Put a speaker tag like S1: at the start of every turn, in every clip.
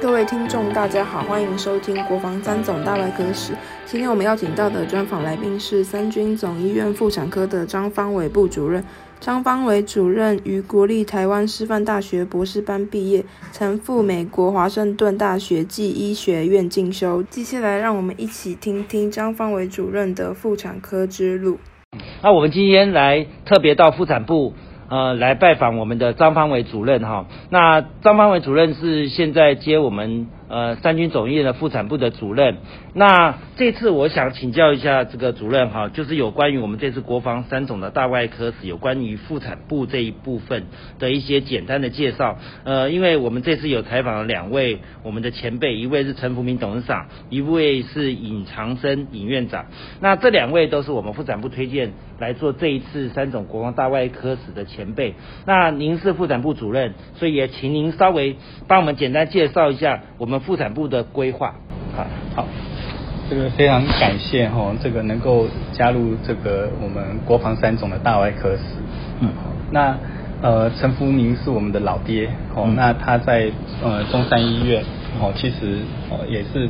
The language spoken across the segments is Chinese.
S1: 各位听众，大家好，欢迎收听《国防三总大外科史》。今天我们邀请到的专访来宾是三军总医院妇产科的张方伟部主任。张方伟主任于国立台湾师范大学博士班毕业，曾赴美国华盛顿大学暨医学院进修。接下来，让我们一起听听张方伟主任的妇产科之路。
S2: 那我们今天来特别到妇产部，呃，来拜访我们的张方伟主任哈。那张方伟主任是现在接我们呃三军总医院的妇产部的主任。那这次我想请教一下这个主任哈，就是有关于我们这次国防三总的大外科室有关于妇产部这一部分的一些简单的介绍。呃，因为我们这次有采访了两位我们的前辈，一位是陈福明董事长，一位是尹长生尹院长。那这两位都是我们妇产部推荐来做这一次三种国防大外科室的前辈。那您是妇产部主任，所以也请您稍微帮我们简单介绍一下我们妇产部的规划。啊，好。
S3: 这个非常感谢哈、这个能够加入这个我们国防三总的大外科室。
S2: 嗯
S3: 那呃，陈福明是我们的老爹哦，
S2: 嗯
S3: 那他在呃中山医院哦，其实哦也是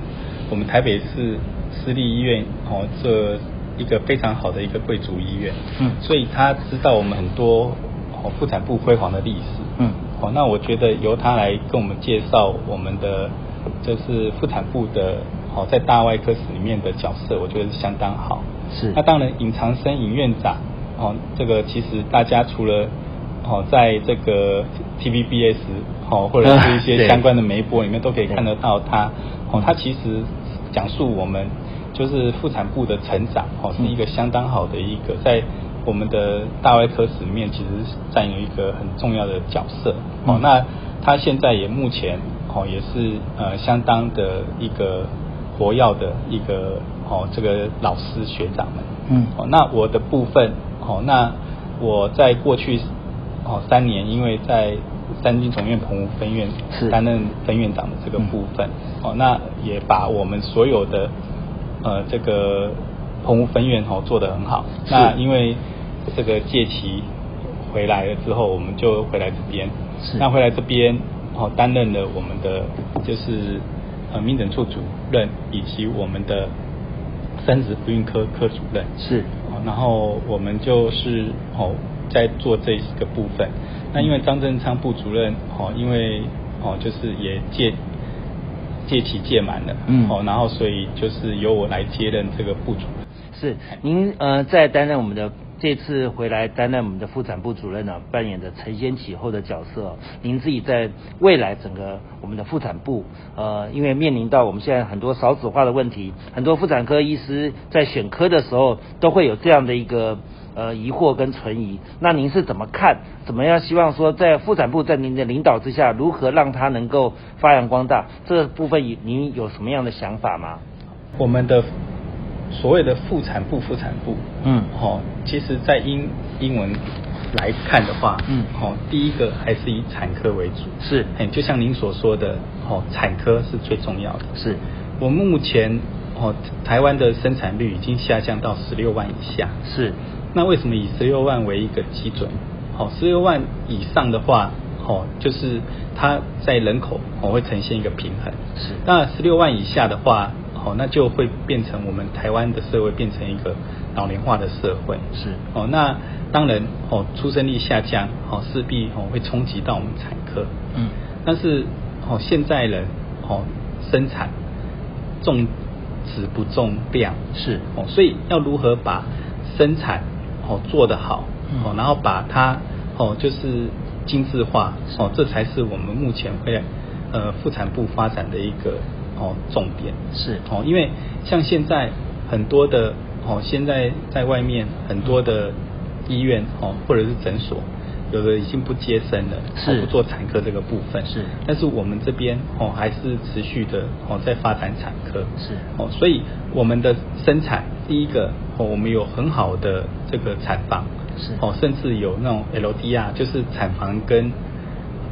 S3: 我们台北市私立医院哦这一个非常好的一个贵族医院，
S2: 嗯
S3: 所以他知道我们很多哦妇产部辉煌的历史，
S2: 嗯
S3: 哦，那我觉得由他来跟我们介绍我们的就是妇产部的，哦，在大外科室里面的角色，我觉得是相当好。
S2: 是
S3: 那当然，尹长生尹院长，哦，这个其实大家除了哦，在这个 TVBS 哦，或者是一
S2: 对
S3: 些相关的媒播里面都可以看得到他。
S2: 嗯
S3: 哦，他其实讲述我们就是妇产部的成长，哦，是一
S2: 嗯
S3: 个相当好的一个在我们的大外科室里面，其实是占有一个很重要的角色。哦
S2: 嗯，
S3: 那他现在也目前哦也是呃相当的一个活跃的一个哦这个老师学长们。
S2: 嗯
S3: 哦，那我的部分，哦，那我在过去哦三年，因为在三军总院澎湖分院
S2: 是嗯
S3: 担任分院长的这个部分，哦，那也把我们所有的呃这个澎湖分院哦做得很好。
S2: 是
S3: 那因为这个借期回来了之后，我们就回来这边
S2: 是。
S3: 那回来这边哦，担任了我们的就是呃民诊处主任以及我们的生殖不孕科科主任。
S2: 是
S3: 哦，然后我们就是哦在做这一个部分。那因为张正昌部主任哦，因为哦就是也借借期届满了，
S2: 嗯
S3: 哦，然后所以就是由我来接任这个部主任。
S2: 是，您呃在担任我们的这次回来担任我们的妇产部主任呢、扮演的承先启后的角色哦、您自己在未来整个我们的妇产部，呃，因为面临到我们现在很多少子化的问题，很多妇产科医师在选科的时候都会有这样的一个。呃，疑惑跟存疑，那您是怎么看？怎么样希望说，在妇产部在您的领导之下，如何让它能够发扬光大？这部分您有什么样的想法吗？
S3: 我们的所谓的妇产部，妇产部，
S2: 嗯
S3: 哦，其实在英英文来看的话，
S2: 嗯
S3: 哦，第一个还是以产科为主，
S2: 是
S3: 哎，就像您所说的，哦，产科是最重要的。
S2: 是，
S3: 我们目前哦，台湾的生产率已经下降到十六万以下，
S2: 是，
S3: 那为什么以十六万为一个基准？哦，十六万以上的话，哦，就是它在人口哦会呈现一个平衡。
S2: 是
S3: 那十六万以下的话，哦，那就会变成我们台湾的社会变成一个老龄化的社会。
S2: 是
S3: 哦，那当然哦，出生率下降哦，势必哦会冲击到我们产科。
S2: 嗯
S3: 但是哦，现在人哦生产重质不重量，
S2: 是
S3: 哦，所以要如何把生产哦做得好
S2: 嗯
S3: 哦，然后把它哦就是精致化哦，这才是我们目前会呃妇产部发展的一个哦重点
S2: 是
S3: 哦，因为像现在很多的哦，现在在外面很多的医院哦或者是诊所。有的已经不接生了，
S2: 是
S3: 哦不做产科这个部分
S2: 是
S3: 但是我们这边哦还是持续的哦在发展产科，
S2: 是
S3: 哦，所以我们的生产，第一个哦，我们有很好的这个产房，
S2: 是
S3: 哦，甚至有那种 LDR，就是产房跟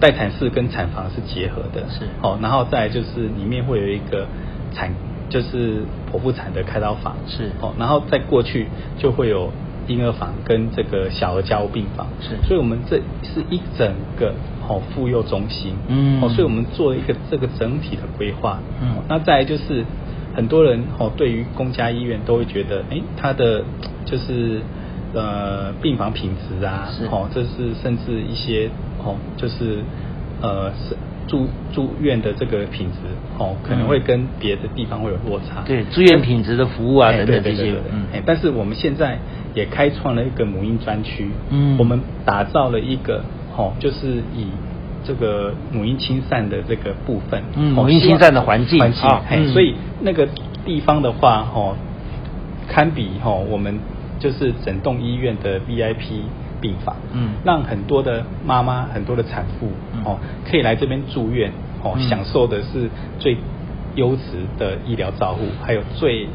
S3: 待产室跟产房是结合的，
S2: 是
S3: 哦，然后再来就是里面会有一个产，就是剖腹产的开刀房，
S2: 是
S3: 哦，然后再过去就会有婴儿房跟这个小儿加护病房，
S2: 是
S3: 所以我们这是一整个哦妇幼中心，
S2: 嗯
S3: 哦，所以我们做了一个这个整体的规划，
S2: 嗯
S3: 哦那再来就是很多人哦对于公家医院都会觉得，哎，它的就是呃病房品质啊
S2: 是，
S3: 哦，这是甚至一些哦就是呃是住住院的这个品质哦，可能会跟别的地方会有落差，
S2: 嗯对住院品质的服务啊
S3: 哎
S2: 等等
S3: 对
S2: 这
S3: 对
S2: 些
S3: 对对
S2: 嗯
S3: 哎，但是我们现在也开创了一个母婴专区，
S2: 嗯
S3: 我们打造了一个哦，就是以这个母婴亲善的这个部分，
S2: 嗯
S3: 哦
S2: 母婴亲善的环境
S3: 环境
S2: 啊，
S3: 哎
S2: 嗯
S3: 所以那个地方的话，哦，堪比哦，我们就是整栋医院的 VIP 病房，
S2: 嗯
S3: 让很多的妈妈、很多的产妇
S2: 嗯
S3: 哦，可以来这边住院哦，
S2: 嗯
S3: 享受的是最优质的医疗照护，还有最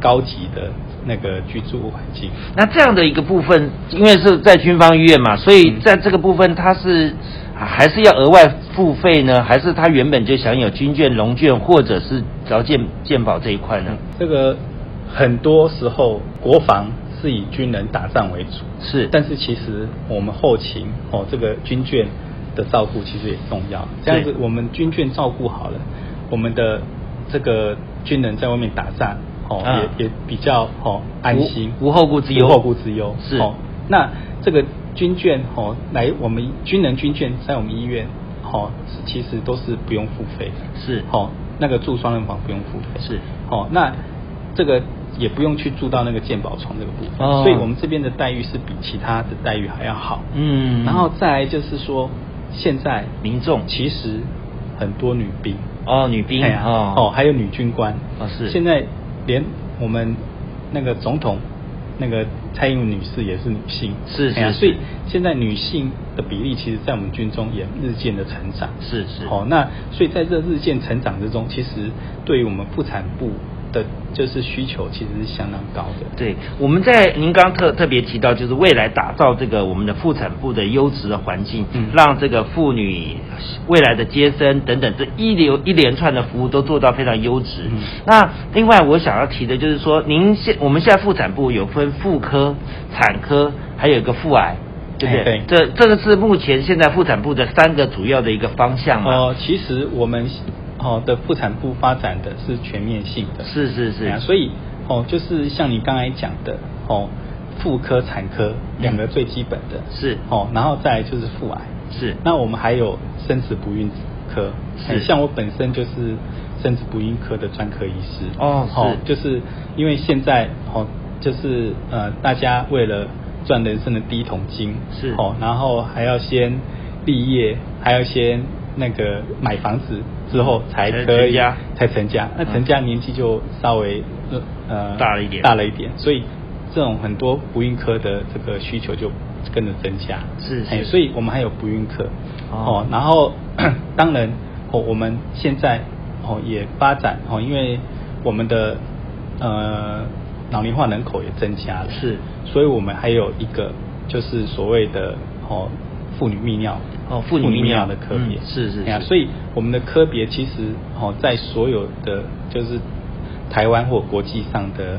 S3: 高级的那个居住环境。
S2: 那这样的一个部分，因为是在军方医院
S3: 嗯
S2: 嘛，所以在这个部分它是啊还是要额外付费呢，还是它原本就享有军券、龙券或者是劳健健保这一块呢？
S3: 这个很多时候国防是以军人打仗为主，
S2: 是，
S3: 嗯但是其实我们后勤哦，这个军眷的照顾其实也重要。这样子
S2: 对，
S3: 我们军眷照顾好了，我们的这个军人在外面打仗哦，
S2: 啊
S3: 也也比较哦安心，
S2: 无无后顾之忧
S3: 无后顾之忧
S2: 是
S3: 哦。那这个军眷哦，来我们军人军眷在我们医院哦，其实都是不用付费的。
S2: 是
S3: 哦，那个住双人房不用付费。
S2: 是
S3: 哦，那这个也不用去住到那个健保床这个部分，
S2: 哦
S3: 所以我们这边的待遇是比其他的待遇还要好。
S2: 嗯，
S3: 然后再来就是说，现在
S2: 民众
S3: 其实很多女兵，
S2: 哦，女兵
S3: 哎呀
S2: 哦
S3: 哦，还有女军官
S2: 哦是
S3: 现在连我们那个总统那个蔡英文女士也是女性，
S2: 是
S3: 哎呀
S2: 是
S3: 所以
S2: 是
S3: 现在女性的比例其实，在我们军中也日渐的成长，
S2: 是是
S3: 哦，那所以在这日渐成长之中，其实对于我们妇产部的就是需求其实是相当高的，
S2: 对，我们在您刚刚特特别提到，就是未来打造这个我们的妇产部的优质的环境，
S3: 嗯
S2: 让这个妇女未来的接生等等这一流一连串的服务都做到非常优质。
S3: 嗯
S2: 那另外我想要提的就是说，您现我们现在妇产部有分妇科、产科，还有一个妇癌。对不对
S3: 哎？
S2: 这这个是目前现在妇产部的三个主要的一个方向嘛？
S3: 哦，其实我们哦的妇产部发展的是全面性的，
S2: 是是
S3: 哎
S2: 是
S3: 呀，所以哦，就是像你刚才讲的哦，妇科、产科两个最基本的、
S2: 是
S3: 哦，然后再来就是妇癌，
S2: 是
S3: 那我们还有生殖不孕科，
S2: 是
S3: 哎像我本身就是生殖不孕科的专科医师
S2: 哦
S3: 好，
S2: 是
S3: 就是因为现在哦，就是呃，大家为了赚人生的第一桶金
S2: 是
S3: 哦，然后还要先立业，还要先那个买房子之后才
S2: 才
S3: 可
S2: 成
S3: 以
S2: 家
S3: 才成家，那
S2: 嗯
S3: 成家年纪就稍微呃
S2: 大了一点
S3: 大了一点，所以这种很多不孕科的这个需求就跟着增加，
S2: 是是
S3: 哎所以我们还有不孕科
S2: 哦
S3: 哦然后 当然哦，我们现在哦也发展哦，因为我们的呃老龄化人口也增加了，
S2: 是，
S3: 所以我们还有一个就是所谓的哦妇女泌尿
S2: 哦妇女泌尿
S3: 的科别、
S2: 嗯是是
S3: 哎呀
S2: 是
S3: 所以我们的科别其实哦在所有的就是台湾或国际上的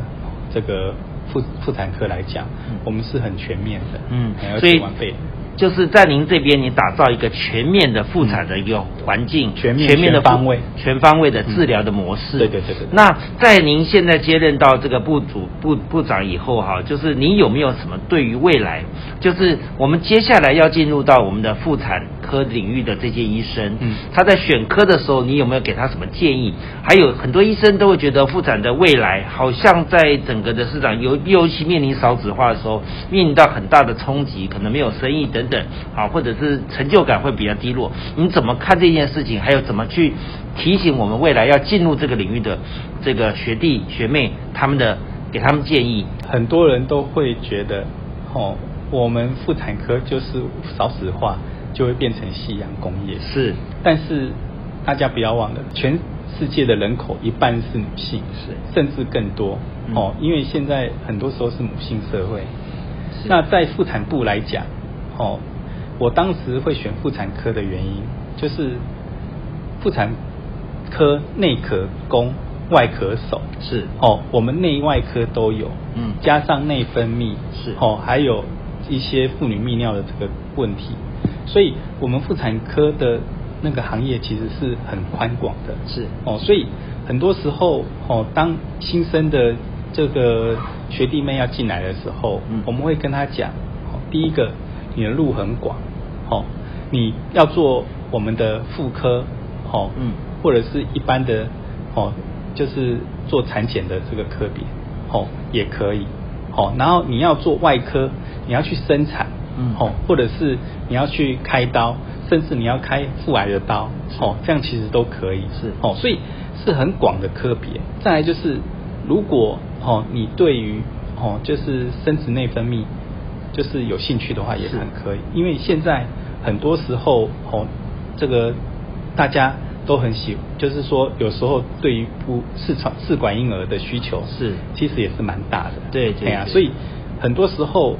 S3: 这个妇妇产科来讲
S2: 嗯，
S3: 我们是很全面的，
S2: 嗯
S3: 哎，而
S2: 所
S3: 且
S2: 以
S3: 完备的。
S2: 就是在您这边，你打造一个全面的妇产的一个环境，
S3: 全面
S2: 的
S3: 全方位
S2: 全方位的治疗的模式。
S3: 嗯对对对对
S2: 那在您现在接任到这个部主部部长以后哈，就是您有没有什么对于未来，就是我们接下来要进入到我们的妇产科领域的这些医生，
S3: 嗯
S2: 他在选科的时候，你有没有给他什么建议？还有很多医生都会觉得妇产的未来好像在整个的市场尤尤其面临少子化的时候，面临到很大的冲击，可能没有生意等等，啊，或者是成就感会比较低落。你怎么看这件事情？还有怎么去提醒我们未来要进入这个领域的这个学弟学妹他们的给他们建议？
S3: 很多人都会觉得，哦，我们妇产科就是少子化，就会变成夕阳工业。
S2: 是
S3: 但是大家不要忘了，全世界的人口一半是女性，
S2: 是
S3: 甚至更多、
S2: 嗯
S3: 哦，因为现在很多时候是母性社会。那在妇产部来讲，哦，我当时会选妇产科的原因，就是妇产科内可攻，外可守。
S2: 是
S3: 哦，我们内外科都有，
S2: 嗯
S3: 加上内分泌
S2: 是
S3: 哦，还有一些妇女泌尿的这个问题，所以我们妇产科的那个行业其实是很宽广的，
S2: 是
S3: 哦，所以很多时候哦，当新生的这个学弟妹要进来的时候，
S2: 嗯
S3: 我们会跟他讲，哦，第一个你的路很广，哦，你要做我们的妇科，哦，
S2: 嗯
S3: 或者是一般的哦，就是做产检的这个科别，哦，也可以，哦，然后你要做外科，你要去生产，
S2: 嗯
S3: 哦，或者是你要去开刀，甚至你要开腹癌的刀，哦，这样其实都可以，
S2: 是
S3: 哦，所以是很广的科别。再来就是，如果哦你对于哦就是生殖内分泌就是有兴趣的话，也
S2: 是
S3: 很可以，因为现在很多时候哦这个大家。都很喜，就是说，有时候对于不试管试管婴儿的需求
S2: 是
S3: 其实也是蛮大的。
S2: 对对
S3: 哎呀
S2: 对
S3: 所以很多时候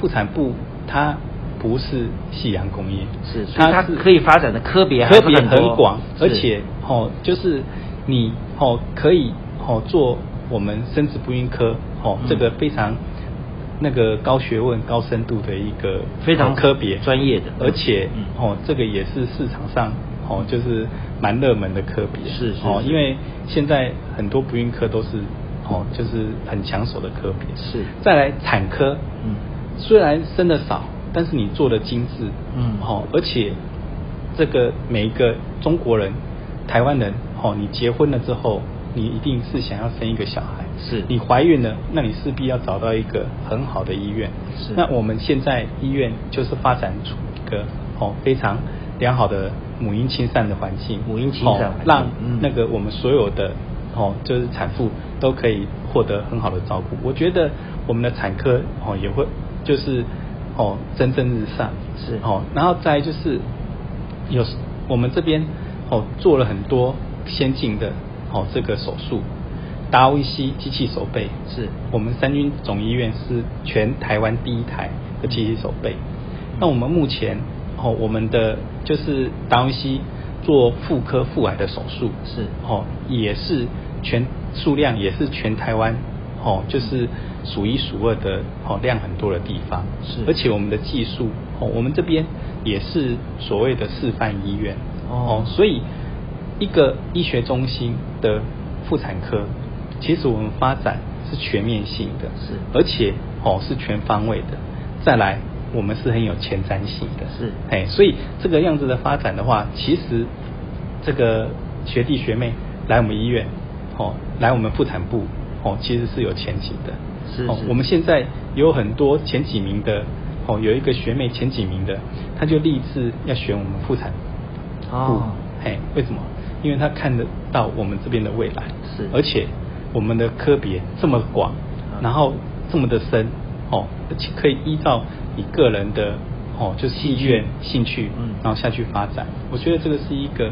S3: 妇产部它不是夕阳工业，
S2: 是所以它
S3: 是
S2: 可以发展的科别还
S3: 科
S2: 是
S3: 别
S2: 很多
S3: 很广，
S2: 是
S3: 而且哦，就是你哦可以哦做我们生殖不孕科哦、
S2: 嗯
S3: 这个非常。那个高学问、高深度的一个
S2: 非常
S3: 哦科别
S2: 专业的
S3: 而且、
S2: 嗯
S3: 哦，这个也是市场上哦，就是蛮热门的科别，
S2: 是是
S3: 哦，
S2: 是
S3: 因为现在很多不孕科都是哦，就是很抢手的科别，
S2: 是
S3: 再来产科，
S2: 嗯
S3: 虽然生的少，但是你做的精致，
S2: 嗯
S3: 哦，而且这个每一个中国人、台湾人，哦，你结婚了之后，你一定是想要生一个小孩，
S2: 是
S3: 你怀孕了，那你势必要找到一个很好的医院，
S2: 是
S3: 那我们现在医院就是发展出一个哦非常良好的母婴亲善的环境，
S2: 母婴亲善环境
S3: 哦、让
S2: 嗯
S3: 那个我们所有的哦，就是产妇都可以获得很好的照顾。我觉得我们的产科哦也会就是哦蒸蒸日上
S2: 是
S3: 哦，然后再来就是有时我们这边哦做了很多先进的哦这个手术，达维西机器手背
S2: 是
S3: 我们三军总医院是全台湾第一台的机器手背。那我们目前哦，我们的就是达文西做妇科妇癌的手术
S2: 是
S3: 哦，也是全数量也是全台湾哦，就是数一数二的哦量很多的地方。
S2: 是
S3: 而且我们的技术哦，我们这边也是所谓的示范医院
S2: 哦
S3: 所以一个医学中心的妇产科，其实我们发展是全面性的，
S2: 是
S3: 而且哦是全方位的。再来，我们是很有前瞻性的，
S2: 是
S3: 哎，所以这个样子的发展的话，其实这个学弟学妹来我们医院，哦，来我们妇产部，哦，其实是有前景的，
S2: 是
S3: 哦
S2: 是，
S3: 我们现在有很多前几名的，哦，有一个学妹前几名的，她就立志要选我们妇产
S2: 哦
S3: 嘿，为什么？因为他看得到我们这边的未来，
S2: 是
S3: 而且我们的科别这么广
S2: 嗯，
S3: 然后哦这么的深，哦，而且可以依照你个人的哦，就是意愿、兴趣，
S2: 嗯
S3: 然后下去发展。我觉得这个是一个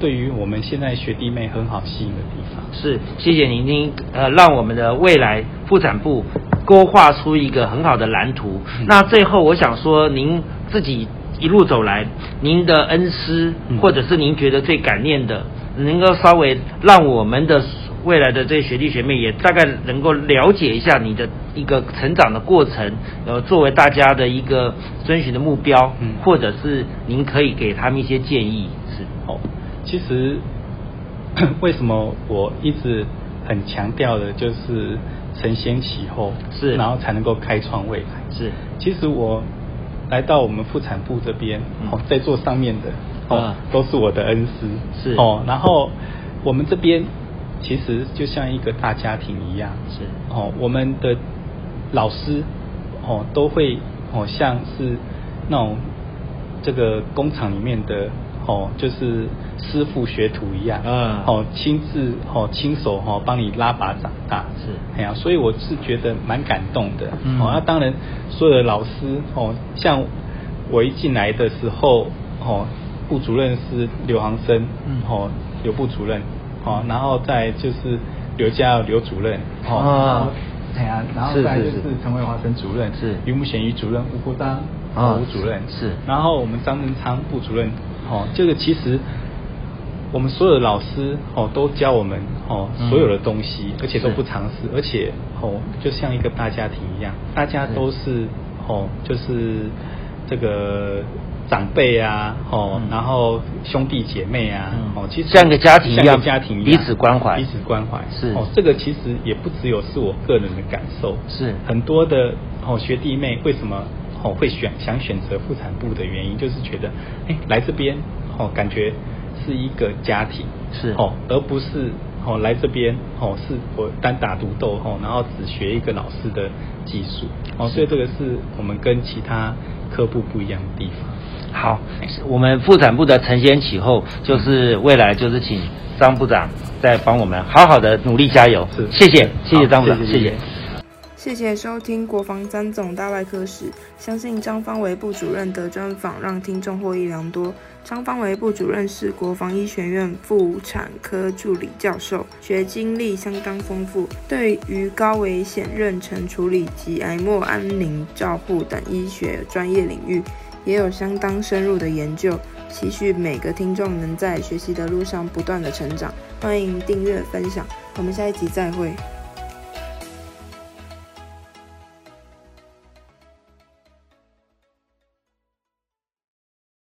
S3: 对于我们现在学弟妹很好吸引的地方。
S2: 是，谢谢您，您呃，让我们的未来妇产部勾画出一个很好的蓝图。
S3: 嗯
S2: 那最后，我想说，您自己一路走来，您的恩师，
S3: 嗯
S2: 或者是您觉得最感念的，能够稍微让我们的未来的这些学弟学妹也大概能够了解一下你的一个成长的过程，呃，作为大家的一个遵循的目标，
S3: 嗯
S2: 或者是您可以给他们一些建议，是
S3: 哦，其实 为什么我一直很强调的就是承先启后，
S2: 是
S3: 然后才能够开创未来。
S2: 是
S3: 其实我来到我们妇产部这边，
S2: 嗯
S3: 哦，在做上面的，哦
S2: 啊，
S3: 都是我的恩师，
S2: 是
S3: 哦，然后我们这边其实就像一个大家庭一样，
S2: 是
S3: 哦，我们的老师哦都会哦像是那种这个工厂里面的哦就是师傅学徒一样，
S2: 嗯
S3: 哦亲自哦亲手哦帮你拉拔长大，
S2: 是
S3: 哎呀、所以我是觉得蛮感动的，
S2: 嗯
S3: 哦，那当然所有的老师哦，像我一进来的时候哦，部主任是刘航生，
S2: 嗯
S3: 哦刘部主任，哦，然后再就是刘家刘主任，
S2: 啊
S3: 哦，哎呀，然后
S2: 是
S3: 再就是是
S2: 是
S3: 陈伟华陈主任，
S2: 是
S3: 于木贤于主任，吴国当
S2: 啊
S3: 吴主任
S2: 是
S3: 然后我们张正昌部主任，哦，这个其实。我们所有的老师哦，都教我们哦
S2: 嗯
S3: 所有的东西，而且都
S2: 是
S3: 不尝试，而且哦，就像一个大家庭一样，大家都是哦，就是这个长辈啊，哦，
S2: 嗯
S3: 然后兄弟姐妹啊，
S2: 嗯
S3: 哦，其实
S2: 像个家庭一样
S3: 像个家庭一样
S2: 彼此关怀
S3: 彼此关怀
S2: 是
S3: 哦，这个其实也不只有是我个人的感受，
S2: 是
S3: 很多的哦学弟妹为什么哦会选想选择妇产部的原因，就是觉得哎来这边哦感觉是一个家庭
S2: 是
S3: 哦，而不是哦来这边哦是我单打独斗哦，然后只学一个老师的技术哦，所以这个是我们跟其他科部不一样的地方。
S2: 好，我们妇产部的承先启后，就是未来就是请张部长再帮我们好好的努力加油
S3: 是。
S2: 谢谢，谢谢
S3: 好
S2: 张部长，
S3: 谢谢
S2: 谢
S3: 谢
S2: 谢
S3: 谢。
S1: 谢谢收听《国防三总大外科史》，相信张方维部主任的专访让听众获益良多。张方维部主任是国防医学院妇产科助理教授，学经历相当丰富，对于高危险妊娠处理及癌末安宁照护等医学专业领域也有相当深入的研究。期许每个听众能在学习的路上不断的成长。欢迎订阅分享，我们下一集再会。